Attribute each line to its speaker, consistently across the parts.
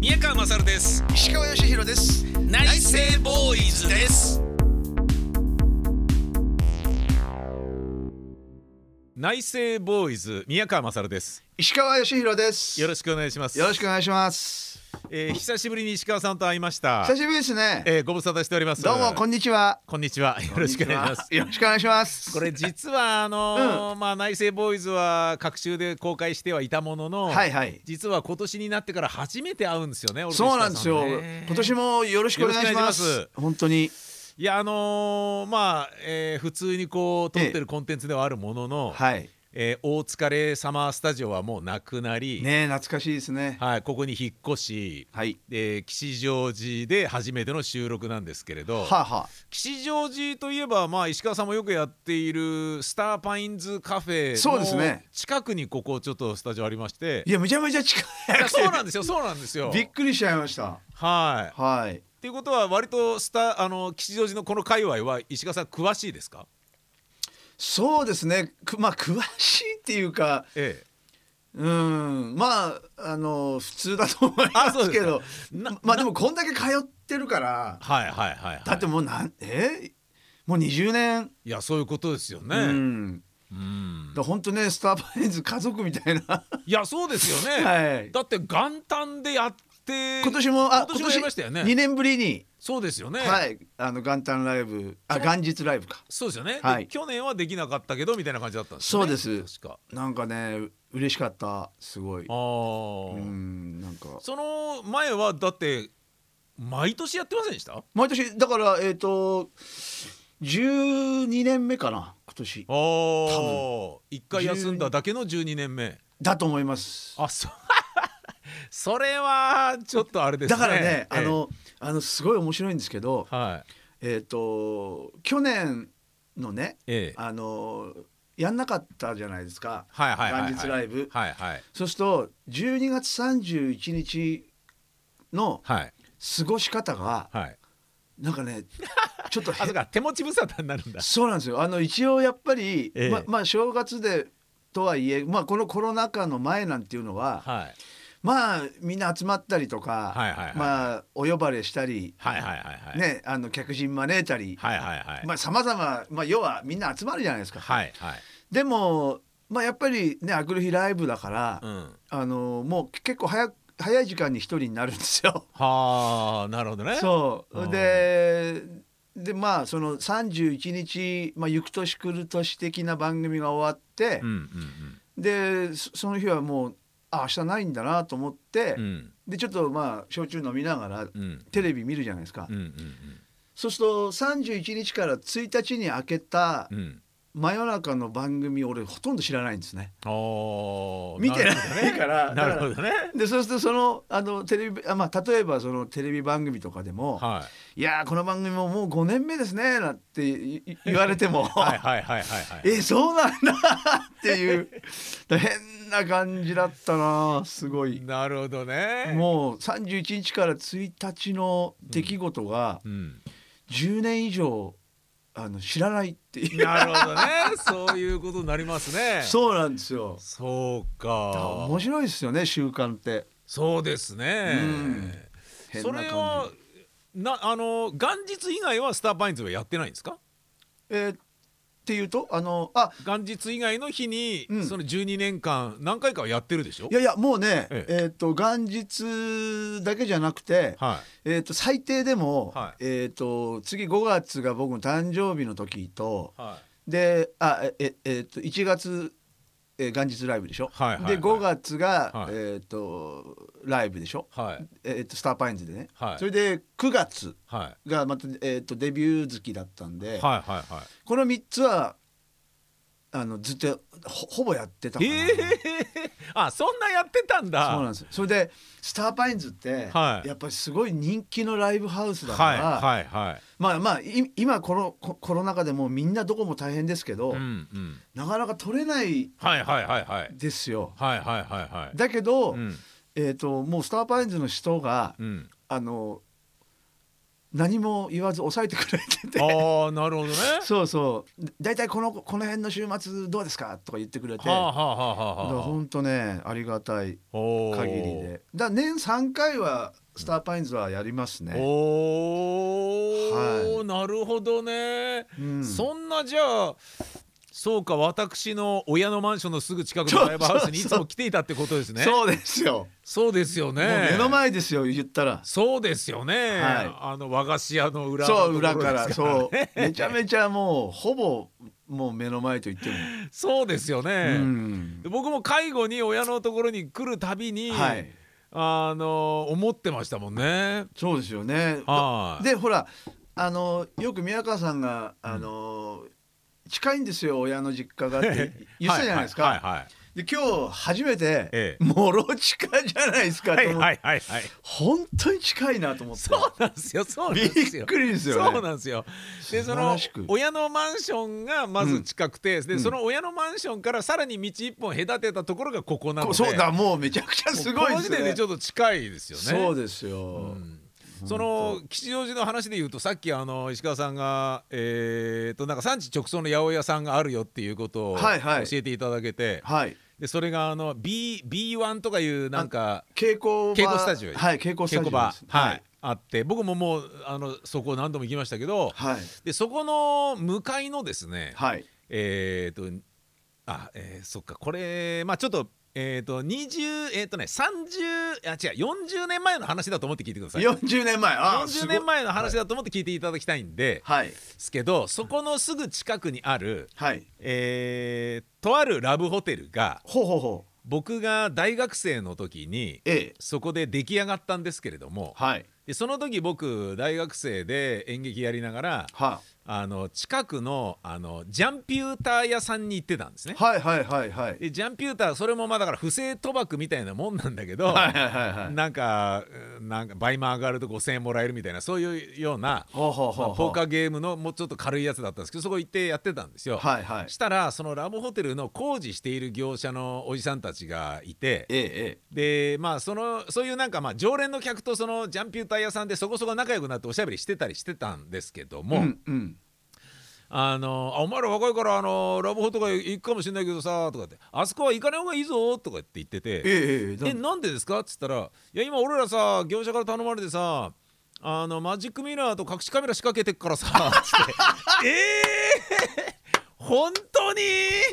Speaker 1: 宮川勝です
Speaker 2: 石川義弘です
Speaker 1: 内政ボーイズです内政ボーイズ宮川勝です
Speaker 2: 石川義弘です
Speaker 1: よろ
Speaker 2: し
Speaker 1: しくお願いします
Speaker 2: よろしくお願いします
Speaker 1: えー久しぶりに石川さんと会いました
Speaker 2: 久しぶりですね
Speaker 1: えーご無沙汰しております
Speaker 2: どうもこんにちは
Speaker 1: こんにちはよろしくお願いします
Speaker 2: よろしくお願いします
Speaker 1: これ実はあのーまあ内政ボーイズは各週で公開してはいたものの、
Speaker 2: はいはい
Speaker 1: 実は今年になってから初めて会うんですよね。俺と石川
Speaker 2: そう
Speaker 1: さ
Speaker 2: なんですよ
Speaker 1: ね
Speaker 2: 今年もよろしくお願いします
Speaker 1: よろしくお願いします
Speaker 2: 本当に
Speaker 1: いやあのーまあ、えー普通にこう撮ってるコンテンツではあるものの、
Speaker 2: はい
Speaker 1: えー大塚レサマースタジオはもうなくなり、
Speaker 2: ねえ懐かしいですね
Speaker 1: はいここに引っ越し、
Speaker 2: はい
Speaker 1: えー吉祥寺で初めての収録なんですけれど、
Speaker 2: はあはあ
Speaker 1: 吉祥寺といえばまあ石川さんもよくやっているスターパインズカフ
Speaker 2: そうです
Speaker 1: ェの
Speaker 2: ね
Speaker 1: 近くにここちょっとスタジオありまして
Speaker 2: い、やめちゃめちゃ近い
Speaker 1: いやそうなんですよそうなんですよ。
Speaker 2: びっくりしちゃいました
Speaker 1: はい。
Speaker 2: はい
Speaker 1: っていうことは割とスタあの吉祥寺のこの界隈は石川さん詳しいですか？
Speaker 2: そうですねくまあ詳しいっていうか
Speaker 1: ええ。
Speaker 2: うんまああの普通だと思いますけ
Speaker 1: あそう
Speaker 2: ど
Speaker 1: ですかな
Speaker 2: まあでもこんだけ通ってるから
Speaker 1: はいはいはい、はい。
Speaker 2: だってもうなんえもう20年、
Speaker 1: いやそういうことですよね。
Speaker 2: う
Speaker 1: うん。
Speaker 2: んだ本当ねスターパインズ家族みたいな
Speaker 1: いやそうですよね。
Speaker 2: はい
Speaker 1: だって元旦でやって
Speaker 2: 今年も
Speaker 1: 今
Speaker 2: あ
Speaker 1: 年もやりましたよ
Speaker 2: 2
Speaker 1: ね。
Speaker 2: 年ぶりに、
Speaker 1: そうですよね。
Speaker 2: はいあの元旦ライブあ元日ライブか
Speaker 1: そうですよね、で
Speaker 2: はい
Speaker 1: 去年はできなかったけどみたいな感じだったんですよね。
Speaker 2: そうです
Speaker 1: 確か。
Speaker 2: なんかね嬉しかったすごい
Speaker 1: ああ、
Speaker 2: うんなんか
Speaker 1: その前はだって毎年やってませんでした？あ
Speaker 2: 毎年だからえっ、と12年目かな今年
Speaker 1: あ。一回休んだだけの12年目。
Speaker 2: だと思います
Speaker 1: あそう それはちょっとあれです
Speaker 2: だ
Speaker 1: ね。
Speaker 2: からね、
Speaker 1: ええ
Speaker 2: あ、のあのすごい面白いんですけど
Speaker 1: はい、
Speaker 2: えっ、と去年のね
Speaker 1: ええ、
Speaker 2: あのやんなかったじゃないですか、
Speaker 1: はいはいはいはい、
Speaker 2: 元日ライブ
Speaker 1: はいはい
Speaker 2: そうすると12月31日の
Speaker 1: はい
Speaker 2: 過ごし方が
Speaker 1: はい。
Speaker 2: なん かねちょっとへ
Speaker 1: あそうか手持ち無沙汰になるんだ。
Speaker 2: そうなんですよあの一応やっぱり、
Speaker 1: ええ
Speaker 2: ままあ正月でとはいえ、まあ、このコロナ禍の前なんていうのは、
Speaker 1: はい
Speaker 2: まあみんな集まったりとか、
Speaker 1: はいはいはい
Speaker 2: まあお呼ばれしたり、
Speaker 1: はいはいはいはい。。
Speaker 2: ね、あの客人招いたり、
Speaker 1: はいはいはい。
Speaker 2: まあさまざま、まあ、要はみんな集まるじゃないですか。
Speaker 1: はいはい。
Speaker 2: でも、まあ、やっぱりね「あくる日ライブ」だから、
Speaker 1: うん。
Speaker 2: あのもう結構早く早い時間に一人になるんですよ。
Speaker 1: はあなるほどね。う。
Speaker 2: そう
Speaker 1: うん
Speaker 2: ででまあその31日、まあ、行く年来る年的な番組が終わって
Speaker 1: う、んうん
Speaker 2: でそその日はもうあ明日ないんだなと思って、
Speaker 1: うん。うん
Speaker 2: でちょっとまあ焼酎飲みながら
Speaker 1: うん
Speaker 2: テレビ見るじゃないですか、
Speaker 1: うんうん
Speaker 2: そうすると31日から1日に開けた
Speaker 1: うんうん。
Speaker 2: 真夜中の番組俺ほとんど知らないんですね。
Speaker 1: ああ。
Speaker 2: 見てない
Speaker 1: るほど
Speaker 2: から
Speaker 1: なるほどね。
Speaker 2: でそうするとそのあのテレビあ、まあ、例えばそのテレビ番組とかでも
Speaker 1: はい
Speaker 2: 「いやーこの番組ももう5年目ですね」なんていい言われて も「
Speaker 1: はいはいはいはいはい。
Speaker 2: えそうなんだ」っていうだから変な感じだったなすごい。
Speaker 1: なるほどね。
Speaker 2: もう31日から1日の出来事が
Speaker 1: う。うん。
Speaker 2: 10年以上あの知らないっていう、
Speaker 1: なるほどね。そういうことになりますね。
Speaker 2: そうなんですよ。
Speaker 1: そう
Speaker 2: だから
Speaker 1: か。
Speaker 2: 面白いですよね習慣って。
Speaker 1: そうですね。
Speaker 2: うん変な
Speaker 1: そ
Speaker 2: 感じ
Speaker 1: れはなあの元日以外はスターパインズはやってないんですか？
Speaker 2: えーっていうとあのあ
Speaker 1: 元日以外の日に、
Speaker 2: うん
Speaker 1: その12年間何回かはやってるでしょ
Speaker 2: いやいやもうね、
Speaker 1: え
Speaker 2: え
Speaker 1: え
Speaker 2: ー、と元日だけじゃなくて、
Speaker 1: は
Speaker 2: えー、と最低でも、
Speaker 1: は
Speaker 2: えー、と次5月が僕の誕生日の時と
Speaker 1: い、は
Speaker 2: であえええー、と1月、えー元日ライブでしょ、
Speaker 1: はいはいはい
Speaker 2: で5月が、
Speaker 1: はい
Speaker 2: えー、とライブでしょ、
Speaker 1: いはい
Speaker 2: えー、とスターパインズでね、
Speaker 1: はい
Speaker 2: それで9月
Speaker 1: はい
Speaker 2: がまた、えー、とデビュー月だったん
Speaker 1: は
Speaker 2: で、
Speaker 1: いはいはい
Speaker 2: この3つはあのずっとほほぼやってたかな。
Speaker 1: ええあそんなやってたんだ
Speaker 2: そうなんですよそれでスターパインズって、
Speaker 1: はい
Speaker 2: やっぱりすごい人気のライブハウスだから、
Speaker 1: はいはいはい
Speaker 2: まあまあい今このココロナ禍でもうみんなどこも大変ですけど、
Speaker 1: うんうん
Speaker 2: なかなか取れない
Speaker 1: はいはいはいはい
Speaker 2: ですよ。
Speaker 1: はいはいはいはい
Speaker 2: だけど、
Speaker 1: うん
Speaker 2: えー、ともうスターパインズの人が、
Speaker 1: うん
Speaker 2: あの何も言わず抑えてくれてて
Speaker 1: ああなるほどね。
Speaker 2: そうそう大体このこの辺の週末どうですかとか言ってくれて
Speaker 1: はあはあはあはあはあ
Speaker 2: 本当ねありがたい
Speaker 1: おー
Speaker 2: 限りでだ年3回はスターパインズはやりますね、
Speaker 1: おー、なるほどね、
Speaker 2: うん
Speaker 1: そんなじゃあそうか私の親のマンションのすぐ近くのライブハウスにいつも来ていたってことですねそう
Speaker 2: そうですよ、
Speaker 1: ですよね
Speaker 2: もう目の前ですよ言ったら
Speaker 1: そうですよね、
Speaker 2: はい
Speaker 1: あの和菓子屋の裏の
Speaker 2: そ
Speaker 1: と
Speaker 2: う
Speaker 1: ころ
Speaker 2: 裏から
Speaker 1: です
Speaker 2: そう めち
Speaker 1: ち
Speaker 2: ゃ
Speaker 1: ゃ
Speaker 2: めちゃもうほぼもう目の前と言っても、
Speaker 1: そうですよね、
Speaker 2: うん
Speaker 1: 僕も介護に親のところに来るたびに、
Speaker 2: はい
Speaker 1: あの思ってましたもんね
Speaker 2: そうですよね
Speaker 1: はい
Speaker 2: でほらあのよく宮川さんがあの、近いんですよ親の実家がって言ってたじゃないですか、
Speaker 1: はいはいはいはい
Speaker 2: で今日初めて、
Speaker 1: ええ
Speaker 2: もろ近じゃないですかと思って、
Speaker 1: はいはい はい
Speaker 2: 本当に近いなと思って
Speaker 1: そうなんですよそうなん
Speaker 2: び
Speaker 1: ですよ
Speaker 2: っくりですよね
Speaker 1: そうなんですよでそ
Speaker 2: 素晴
Speaker 1: の
Speaker 2: らしく
Speaker 1: 親のマンションがまず近くて、で
Speaker 2: ん
Speaker 1: その親のマンションからさらに道一本隔てたところがここなの
Speaker 2: こ
Speaker 1: で
Speaker 2: そうだもうめちゃくちゃすごい
Speaker 1: こ
Speaker 2: で
Speaker 1: の
Speaker 2: す
Speaker 1: 時
Speaker 2: ね
Speaker 1: 点でちょっと近いですよね
Speaker 2: そうですよ、
Speaker 1: うんその吉祥寺の話で言うとさっきあの石川さんがえー、となんか産地直送の八百屋さんがあるよっていうことを教
Speaker 2: はいはい
Speaker 1: えていただけて、
Speaker 2: はい
Speaker 1: でそれがあの B B1 とかいうなんか
Speaker 2: 稽古場
Speaker 1: 稽古スタジオ
Speaker 2: はい稽古スタジオ
Speaker 1: 稽古場
Speaker 2: です
Speaker 1: はい、あって僕ももうあのそこ何度も行きましたけど、
Speaker 2: はい
Speaker 1: でそこの向かいのですね、
Speaker 2: はい
Speaker 1: えー、とあ、えーそっかこれまあちょっとえー、と20えー、とね30あ違う40年前の話だと思って聞いてください。
Speaker 2: 40年前あーす
Speaker 1: 40
Speaker 2: ごい
Speaker 1: 年前の話だと思って聞いていただきたいんで、
Speaker 2: はい
Speaker 1: ですけどそこのすぐ近くにある、
Speaker 2: はい
Speaker 1: えーとあるラブホテルが
Speaker 2: ほうほうほう
Speaker 1: 僕が大学生の時に
Speaker 2: ええ
Speaker 1: そこで出来上がったんですけれども、
Speaker 2: はい
Speaker 1: でその時僕大学生で演劇やりながら
Speaker 2: は
Speaker 1: あの近くのあのジャンピューター屋さんに行ってたんですね。
Speaker 2: はいはいはいはい
Speaker 1: でジャンピューターそれもまあだから不正賭博みたいなもんなんだけど、
Speaker 2: はいはいはいはい
Speaker 1: なんかうんなんか倍も上がると5,000円もらえるみたいなそういうような
Speaker 2: ほうほうほう
Speaker 1: まあ
Speaker 2: ほう
Speaker 1: ポーカーゲームのもうちょっと軽いやつだったんですけどそこ行ってやってたんですよ。
Speaker 2: はいはい
Speaker 1: したらそのラブホテルの工事している業者のおじさんたちがいて
Speaker 2: えええ
Speaker 1: でまあそのそういうなんかまあ常連の客とそのジャンピューター屋さんでそこそこ仲良くなっておしゃべりしてたりしてたんですけど
Speaker 2: え
Speaker 1: も、
Speaker 2: うんうん
Speaker 1: あのあ「お前ら若いからあのラブホとか行くかもしれないけどさ」とかって「あそこは行かない方がいいぞ」とかって言ってて
Speaker 2: ええええ
Speaker 1: え
Speaker 2: な
Speaker 1: なんでですか?」っつったら「いや今俺らさ業者から頼まれてさあのマジックミラーと隠しカメラ仕掛けてっから さ」つって「ええー、本当に?」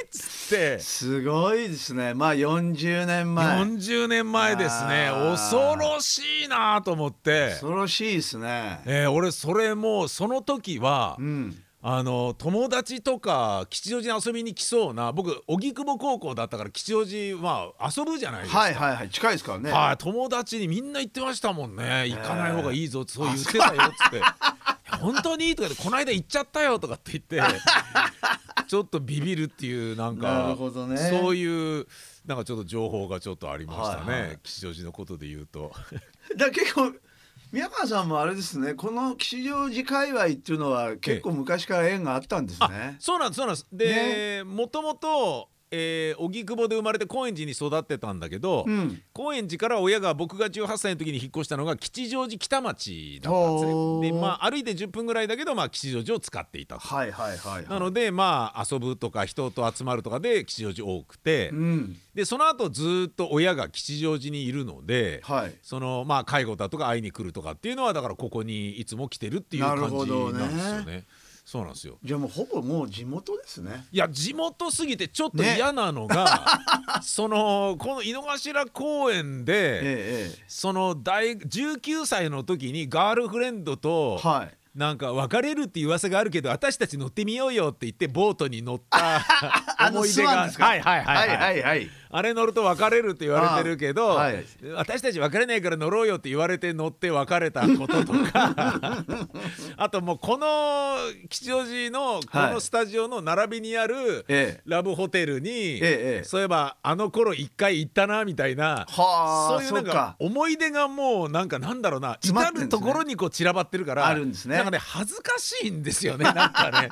Speaker 1: っつって。
Speaker 2: すごいですねまあ40年前
Speaker 1: 40年前ですね
Speaker 2: あー
Speaker 1: 恐ろしいなと思って、
Speaker 2: 恐ろしいですね
Speaker 1: えー俺それもうその時は、
Speaker 2: うん
Speaker 1: あの友達とか吉祥寺に遊びに来そうな僕荻窪高校だったから吉祥寺は遊ぶじゃないですか。
Speaker 2: はいはいはい近いですからね
Speaker 1: はい、友達にみんな言ってましたもんね行かない方がいいぞってそう言ってたよっつって「本当に?」とかで「この間行っちゃったよ」とかって言 ってちょっとビビるっていうなんか
Speaker 2: なるほどね
Speaker 1: そういうなんかちょっと情報がちょっとありましたね、
Speaker 2: はいはい
Speaker 1: 吉祥寺のことで言うと。
Speaker 2: だから結構宮川さんもあれですねこの吉祥寺界隈っていうのは結構昔から縁があったんですね。
Speaker 1: そうなんですそうなんですでもともとえー荻窪で生まれて高円寺に育ってたんだけど、
Speaker 2: うん
Speaker 1: 高円寺から親が僕が18歳の時に引っ越したのが吉祥寺北町だったんです
Speaker 2: ほう
Speaker 1: ね。でまあ歩いて10分ぐらいだけど、まあ、吉祥寺を使っていたと
Speaker 2: はいはいはい、はい、
Speaker 1: なのでまあ遊ぶとか人と集まるとかで吉祥寺多くて、
Speaker 2: うん
Speaker 1: でその後ずーっと親が吉祥寺にいるので、
Speaker 2: はい
Speaker 1: そのまあ介護だとか会いに来るとかっていうのはだからここにいつも来てるっていう感じなんですよ
Speaker 2: なるほど
Speaker 1: ねそうなんですよ。
Speaker 2: じゃあもうほぼもう地元ですね。
Speaker 1: いや地元すぎてちょっと
Speaker 2: ね
Speaker 1: 嫌なのが、 そのこの井の頭公園で、
Speaker 2: えええ
Speaker 1: その大19歳の時にガールフレンド
Speaker 2: え
Speaker 1: と
Speaker 2: はい。
Speaker 1: なんか別れるっていう噂があるけど私たち乗ってみようよって言ってボートに乗った
Speaker 2: あの
Speaker 1: 思い出
Speaker 2: スワ
Speaker 1: が
Speaker 2: ンですか
Speaker 1: はいはいはい、はい
Speaker 2: はいはい
Speaker 1: あれ乗ると別れるって言われてるけど、
Speaker 2: あはい
Speaker 1: 私たち別れないから乗ろうよって言われて乗って別れたこととか あともうこの吉祥寺のこ
Speaker 2: は
Speaker 1: の
Speaker 2: い
Speaker 1: スタジオの並びにある
Speaker 2: ええ
Speaker 1: ラブホテルに、
Speaker 2: ええ
Speaker 1: そういえばあの頃一回行ったなみたいな。
Speaker 2: は
Speaker 1: そ
Speaker 2: あ
Speaker 1: ういうなんか思い出がもうなんかなんだろうな
Speaker 2: 詰ま
Speaker 1: 至
Speaker 2: ってんです
Speaker 1: る
Speaker 2: ね
Speaker 1: ところにこう散らばってるから
Speaker 2: あるんですね
Speaker 1: なんかね恥ずかしいんですよねなんかね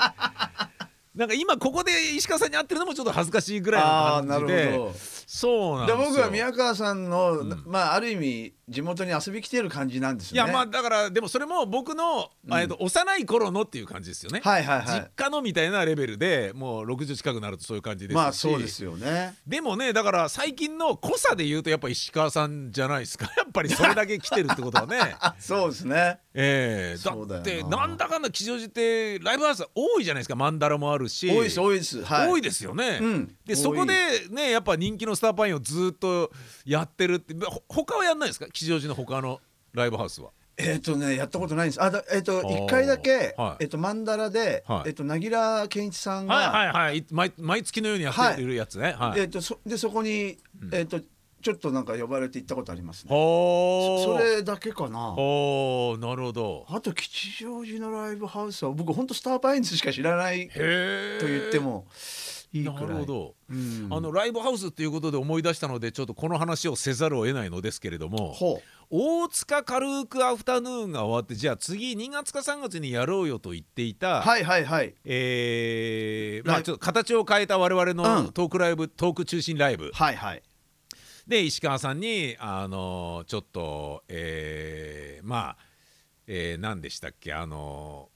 Speaker 1: なんか今ここで石川さんに会ってるのもちょっと恥ずかしいぐらい
Speaker 2: ああ
Speaker 1: の
Speaker 2: な
Speaker 1: 感じ
Speaker 2: る
Speaker 1: で
Speaker 2: ほど
Speaker 1: そうなん
Speaker 2: で
Speaker 1: ですよ
Speaker 2: 僕は宮川さんの、
Speaker 1: ん
Speaker 2: まあある意味地元に遊び来てる感じなんです
Speaker 1: い
Speaker 2: よ
Speaker 1: や
Speaker 2: ね
Speaker 1: まあだからでもそれも僕の、
Speaker 2: うん
Speaker 1: えっと幼い頃のっていう感じですよね、
Speaker 2: はいはいは
Speaker 1: 実家のみたいなレベルでもう60近くなるとそういう感じで
Speaker 2: い
Speaker 1: すし
Speaker 2: まあそうですよね
Speaker 1: でもねだから最近の濃さで言うとやっぱ石川さんじゃないですかやっぱりそれだけ来てるってことはね
Speaker 2: あそうですね
Speaker 1: ええ
Speaker 2: そう
Speaker 1: だ
Speaker 2: だ
Speaker 1: っ
Speaker 2: よな
Speaker 1: てなんだかんだ吉祥寺ってライブハウス多いじゃないですかマンダラもあるし
Speaker 2: 多いです多いですはい
Speaker 1: 多いですよね。
Speaker 2: うん
Speaker 1: で
Speaker 2: 多い
Speaker 1: そこでねやっぱ人気のスターパインをずっとやってるってほ他はやんないですか吉祥寺の他のライブハウスは。
Speaker 2: えっ、とねやったことないんですあだえっ、と
Speaker 1: ー
Speaker 2: 一回だけ、
Speaker 1: はい
Speaker 2: えっ、とマンダラで、
Speaker 1: はい
Speaker 2: えっ、となぎら健一さんが、
Speaker 1: はいはいはいい毎毎月のようにやってるやつね。はい
Speaker 2: えっ、とそでそこに、えっ、とちょっとなんか呼ばれて行ったことありますね
Speaker 1: ほー
Speaker 2: そそれだけかな
Speaker 1: ほーなるほど。
Speaker 2: あと吉祥寺のライブハウスは僕ほんとスターパインズしか知らない
Speaker 1: へえ。
Speaker 2: と言ってもいいくらい
Speaker 1: なるほど。
Speaker 2: うん
Speaker 1: あのライブハウスっていうことで思い出したのでちょっとこの話をせざるを得ないのですけれども
Speaker 2: ほ
Speaker 1: 大塚軽くアフタヌーンが終わってじゃあ次2月か3月にやろうよと言っていた、
Speaker 2: うはいはいはい
Speaker 1: えーま
Speaker 2: ラ
Speaker 1: あ、
Speaker 2: イ
Speaker 1: ちょっと形を変えた我々
Speaker 2: う
Speaker 1: の
Speaker 2: ん
Speaker 1: トークライブ、トーク中心ライブ
Speaker 2: はいはい
Speaker 1: で石川さんに、あのーちょっと、えーまあ、えー何でしたっけ、あのー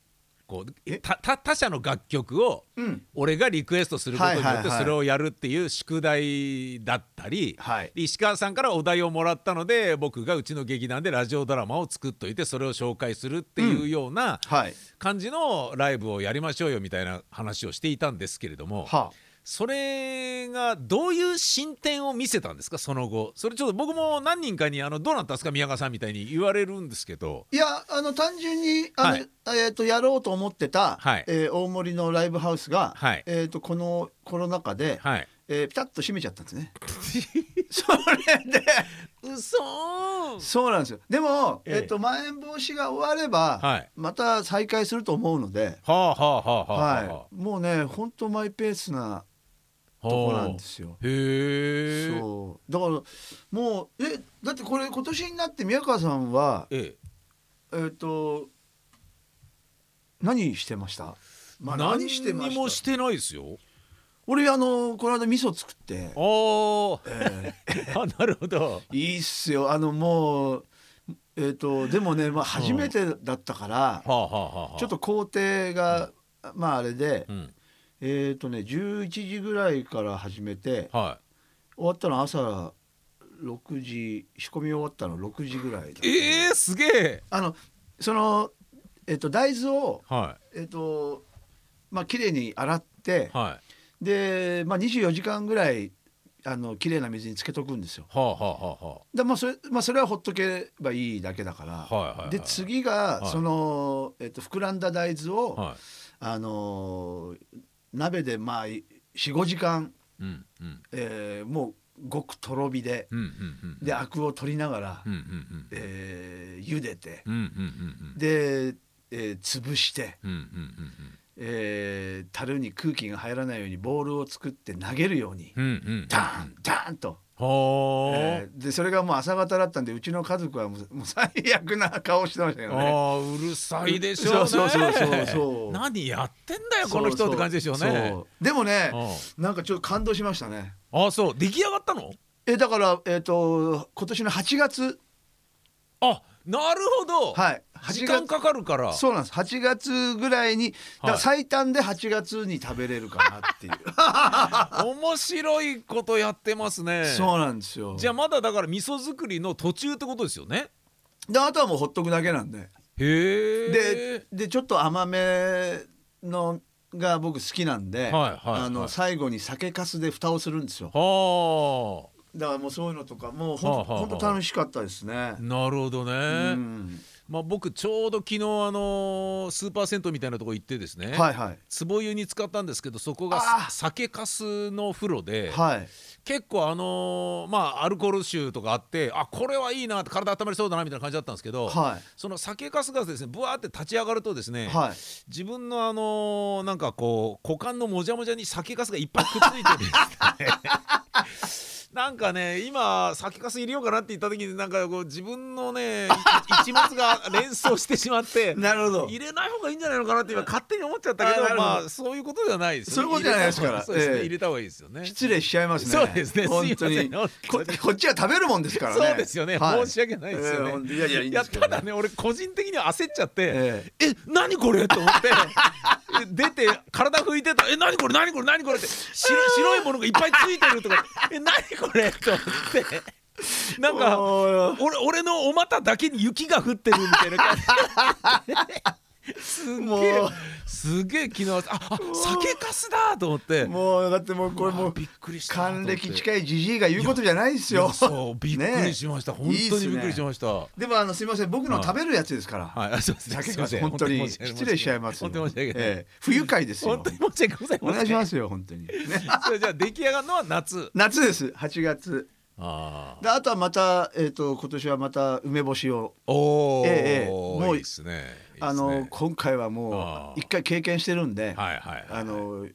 Speaker 1: こう
Speaker 2: え
Speaker 1: たた他者の楽曲を
Speaker 2: うん
Speaker 1: 俺がリクエストすることによ
Speaker 2: はい
Speaker 1: っ
Speaker 2: はい
Speaker 1: て
Speaker 2: はい
Speaker 1: それをやるっていう宿題だったり、
Speaker 2: はい
Speaker 1: で石川さんからお題をもらったので僕がうちの劇団でラジオドラマを作っといてそれを紹介するっていうような、
Speaker 2: はい
Speaker 1: 感じのライブをやりましょうよみたいな話をしていたんですけれども、
Speaker 2: は
Speaker 1: それがどういう進展を見せたんですかその後それちょっと僕も何人かにあのどうなったんですか宮川さんみたいに言われるんですけど
Speaker 2: いやあの単純にあの、
Speaker 1: はい
Speaker 2: えっ、とやろうと思ってた、
Speaker 1: はい
Speaker 2: えー大森のライブハウスが、
Speaker 1: はい
Speaker 2: えっ、とこのコロナ禍で、
Speaker 1: はい
Speaker 2: えーピタッと閉めちゃったんです ね。それで
Speaker 1: 嘘
Speaker 2: そうなんですよ。でも
Speaker 1: ええ
Speaker 2: えっ、とまん延防止が終われば、
Speaker 1: はい
Speaker 2: また再開すると思うので、
Speaker 1: はあはあはあはあはあ、
Speaker 2: はい、もうね本当マイペースなとこなんですよ。
Speaker 1: へえ
Speaker 2: そうだからもうえだってこれ今年になって宮川さんは
Speaker 1: ええ
Speaker 2: えっ、と何してました、まあ、何してま
Speaker 1: 何にも
Speaker 2: し
Speaker 1: したてないですよ
Speaker 2: 俺あのこの間味噌作って、
Speaker 1: ああ
Speaker 2: え
Speaker 1: あなるほど
Speaker 2: ーいいっすよあのもうえっ、とでもね、まあ、初めてだったから
Speaker 1: は、あはあはあ
Speaker 2: ちょっと工程が、まああれで、
Speaker 1: うん
Speaker 2: えっ、とね11時ぐらいから始めて
Speaker 1: は
Speaker 2: 終わったの朝6時仕込み終わったの6時ぐらいだった
Speaker 1: いええすげえ
Speaker 2: あのそのえっ、と大豆を
Speaker 1: は
Speaker 2: えっ、とまあ綺麗に洗って
Speaker 1: いはい
Speaker 2: でまあ24時間ぐらいあの綺麗な水につけとくんですよ。
Speaker 1: はあはあはあは
Speaker 2: でまあそれまあそれはほっとけばいいだけだから。
Speaker 1: あはいはいはい
Speaker 2: で次
Speaker 1: は
Speaker 2: が
Speaker 1: い
Speaker 2: その、えっと膨らんだ大豆を、
Speaker 1: は
Speaker 2: あのー鍋でまあ45時間、
Speaker 1: いうんうん
Speaker 2: えーもうごくとろ火で
Speaker 1: うんうんうん
Speaker 2: でアクを取りながら、
Speaker 1: うんうんうん
Speaker 2: えー茹でて、
Speaker 1: うんうん
Speaker 2: で、えー潰して、
Speaker 1: うんうんうん
Speaker 2: えー樽に空気が入らないようにボールを作って投げるように
Speaker 1: うんうんうん
Speaker 2: ダーンダーンと、
Speaker 1: はあ、
Speaker 2: えーでそれがもう朝方だったんでうちの家族はもうもう最悪な顔してましたよね。
Speaker 1: あーうるさいでしょうね
Speaker 2: そうそうそうそうそう
Speaker 1: 何やってんだよこの人って感じでしょうね
Speaker 2: そうでもね
Speaker 1: う
Speaker 2: なんかちょっと感動しましたね。
Speaker 1: んあそう出来上がったの
Speaker 2: えだから、えー、と今年の8月
Speaker 1: あなるほど、
Speaker 2: はい
Speaker 1: 時
Speaker 2: 8
Speaker 1: 間
Speaker 2: 月
Speaker 1: かかるから
Speaker 2: そうなんです8月ぐらいに、だか
Speaker 1: は
Speaker 2: ら
Speaker 1: い
Speaker 2: 最短で8月に食べれるかな っていう
Speaker 1: 面白いことやってますね
Speaker 2: そうなんですよ
Speaker 1: じゃあまだだから味噌作りの途中ってことですよね
Speaker 2: であとはもうほっとくだけなんで
Speaker 1: へえ
Speaker 2: ででちょっと甘めのが僕好きなんで、
Speaker 1: はいはいはい
Speaker 2: あの最後に酒粕で蓋をするんですよ
Speaker 1: は
Speaker 2: だからもうそういうのとかもうほん
Speaker 1: はあ
Speaker 2: と,、
Speaker 1: はあはあ
Speaker 2: ほんと楽しかったですね
Speaker 1: あ、なるほどね、
Speaker 2: うん、
Speaker 1: まあ、僕ちょうど昨日あのースーパー銭湯みたいなとこ行ってですね、
Speaker 2: はいはい
Speaker 1: 壺湯に使ったんですけどそこが
Speaker 2: あー
Speaker 1: 酒かすの風呂で
Speaker 2: はい
Speaker 1: 結構あのーまあアルコール臭とかあってあこれはいいなって体温まりそうだなみたいな感じだったんですけど、
Speaker 2: はい
Speaker 1: その酒かすがですねぶわーって立ち上がるとですね、
Speaker 2: はい
Speaker 1: 自分のあのーなん かこう股間のもじゃもじゃに酒かすがいっぱいくっついてるんですね。なんかね今酒かす入れようかなって言った時になんかこう自分のねい一物が連想してしまって
Speaker 2: なるほど
Speaker 1: 入れない方がいいんじゃないのかなって今勝手に思っちゃったけ
Speaker 2: あな
Speaker 1: ど
Speaker 2: るほど
Speaker 1: まあそういうことではないです
Speaker 2: そういうことじゃないですから
Speaker 1: 入れた方がそうですね
Speaker 2: ええ
Speaker 1: 入れた方がいいですよね
Speaker 2: 失礼しちゃいますね
Speaker 1: そうですね
Speaker 2: 本当
Speaker 1: す
Speaker 2: に
Speaker 1: いません
Speaker 2: ここっちは食べるもんですからね
Speaker 1: そうですよね、
Speaker 2: はい
Speaker 1: 申し訳ないですよ
Speaker 2: ええほ
Speaker 1: ね、
Speaker 2: んといやいやいいんですけ
Speaker 1: た
Speaker 2: どね
Speaker 1: だね俺個人的には焦っちゃって、
Speaker 2: ええ
Speaker 1: え何これと思って え出て体拭いてた「え何これ何これ何これ」って白白いものがいっぱいついてるとか「え何これ」と思ってなんか
Speaker 2: おー
Speaker 1: 俺俺のお股だけに雪が降ってるみたいな感じす
Speaker 2: も
Speaker 1: げえ
Speaker 2: う
Speaker 1: すげえ昨日ああ酒かすだと思って
Speaker 2: もうだってもうこれも
Speaker 1: うわ
Speaker 2: う
Speaker 1: びっくりしたなと思っ
Speaker 2: 還
Speaker 1: て
Speaker 2: 暦近いじじいが言うことじゃないですよ
Speaker 1: そうびっくりし
Speaker 2: ね
Speaker 1: ました、本当にびっくりしました
Speaker 2: えでもあのすみません僕の食べるやつですから
Speaker 1: はい、あすいません。
Speaker 2: 酒
Speaker 1: すいま
Speaker 2: か
Speaker 1: せ
Speaker 2: す
Speaker 1: ん
Speaker 2: 本当に
Speaker 1: 申訳な
Speaker 2: 失礼しちゃいますよ
Speaker 1: 本当に申し訳ない。
Speaker 2: ええ不愉快です
Speaker 1: 本
Speaker 2: よ
Speaker 1: 当に申し訳ございません。。
Speaker 2: お願いしますすよ本当にね
Speaker 1: それじゃあ出来上がるのは夏。
Speaker 2: 夏です8月
Speaker 1: あ
Speaker 2: であとはまたえっと今年はまた梅干しを
Speaker 1: あ。おお、
Speaker 2: ええええもう
Speaker 1: いいですね。いいですね
Speaker 2: あの今回はも
Speaker 1: あ
Speaker 2: う
Speaker 1: ー
Speaker 2: 一回経験してるん
Speaker 1: はい
Speaker 2: で、
Speaker 1: はいはい。
Speaker 2: あの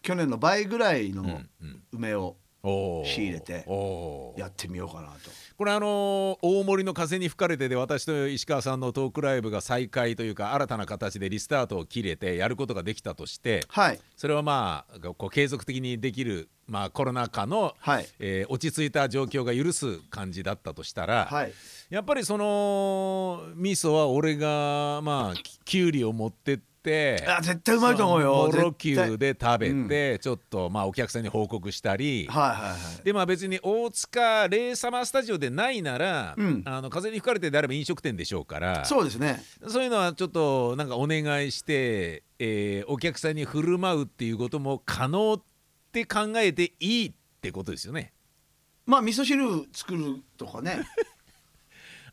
Speaker 2: 去年の倍ぐらいうの
Speaker 1: んうん。
Speaker 2: 梅を
Speaker 1: おお。
Speaker 2: 仕入れて
Speaker 1: おお。
Speaker 2: やってみようかなと。
Speaker 1: これあのー大森の風に吹かれてで私と石川さんのトークライブが再開というか新たな形でリスタートを切れてやることができたとして、
Speaker 2: はい
Speaker 1: それはまあこう継続的にできるまあコロナ禍の、
Speaker 2: はい
Speaker 1: えー落ち着いた状況が許す感じだったとしたら、
Speaker 2: はい
Speaker 1: やっぱりその味噌は俺がまあききゅうりを持ってって
Speaker 2: あ絶対うまいと思うよ
Speaker 1: そのモロキューで食べ
Speaker 2: 絶
Speaker 1: て、ちょっとまあお客さんに報告したり、
Speaker 2: はいはいはい。
Speaker 1: でまあ別に大塚レイサマースタジオでないなら、
Speaker 2: うん
Speaker 1: あの風に吹かれてであれば飲食店でしょうから
Speaker 2: そうですね。
Speaker 1: そういうのはちょっとなんかお願いして、えーお客さんに振る舞うっていうことも可能って考えていいってことですよね。
Speaker 2: まあ味噌汁作るとかね。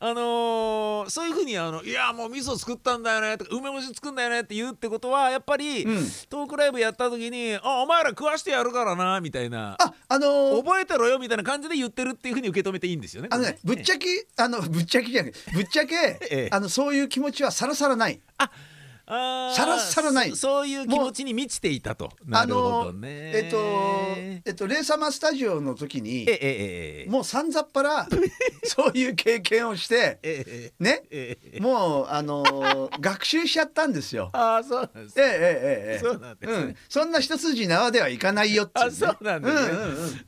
Speaker 1: あのーそういうふうにあの「いやもう味噌作ったんだよね」とか「梅干し作んだよね」って言うってことはやっぱり、
Speaker 2: うん
Speaker 1: トークライブやった時に「あお前ら食わしてやるからな」みたいな
Speaker 2: ああの
Speaker 1: 「
Speaker 2: ー
Speaker 1: 覚えてろよ」みたいな感じで言ってるっていうふうに受け止めていいんですよね。
Speaker 2: あの
Speaker 1: これ
Speaker 2: ねぶっちゃけあのぶっちゃけじゃないぶっちゃけ、
Speaker 1: ええ
Speaker 2: あのそういう気持ちはさらさらない。
Speaker 1: あー
Speaker 2: さらさらない
Speaker 1: そそういう気持ちに満ちていたと。な
Speaker 2: あ
Speaker 1: るほどね。
Speaker 2: えっとえっとレイサマスタジオの時
Speaker 1: え
Speaker 2: に
Speaker 1: えええええ
Speaker 2: もうさんざっぱ らそういう経験をして
Speaker 1: ええ
Speaker 2: ね
Speaker 1: ええええ
Speaker 2: もうあの ー学習しちゃったんですよ。
Speaker 1: ああそうなんです
Speaker 2: ええ
Speaker 1: ね。
Speaker 2: ええええ。
Speaker 1: そうなんですね
Speaker 2: んそんな一筋縄ではいかないよっていね
Speaker 1: あそうなんですね
Speaker 2: う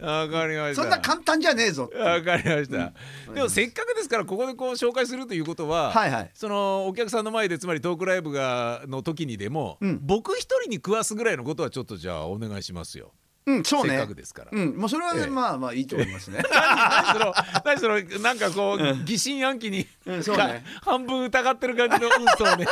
Speaker 2: うんうん
Speaker 1: わかりました。
Speaker 2: そんな簡単じゃねえぞっていう。
Speaker 1: わかりました、
Speaker 2: うん
Speaker 1: でもせっかくですからここでこう紹介するということは、
Speaker 2: はいはい。
Speaker 1: そのお客さんの前でつまりトークライブがの時にでも、
Speaker 2: うん
Speaker 1: 僕一人に食わすぐらいのことはちょっとじゃあお願いしますよ、
Speaker 2: うんそう
Speaker 1: せっ
Speaker 2: ね
Speaker 1: かく。ですから。
Speaker 2: うんもうそれはね、
Speaker 1: ええ
Speaker 2: まあまあいいと思 いますね。
Speaker 1: 何その何そのなんかこう、疑心暗鬼に、
Speaker 2: うんそうね
Speaker 1: 半分疑ってる感じの嘘をね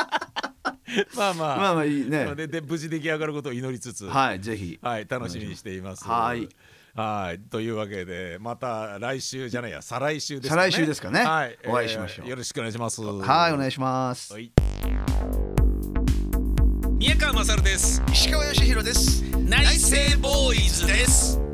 Speaker 1: まあまあ、
Speaker 2: まあまあいいね。
Speaker 1: でで無事出来上がることを祈りつつ、
Speaker 2: はいぜひ。
Speaker 1: はい、楽しみにしています。
Speaker 2: はい。
Speaker 1: はい、というわけで、また来週じゃないや、再来週ですかね。
Speaker 2: 再来週ですかね
Speaker 1: はい、
Speaker 2: お会いしましょう
Speaker 1: よろしくお願いします。
Speaker 2: はいお願いします。
Speaker 1: はい。宮川勝です。
Speaker 2: 石川義弘です。
Speaker 1: 内政ボーイズです。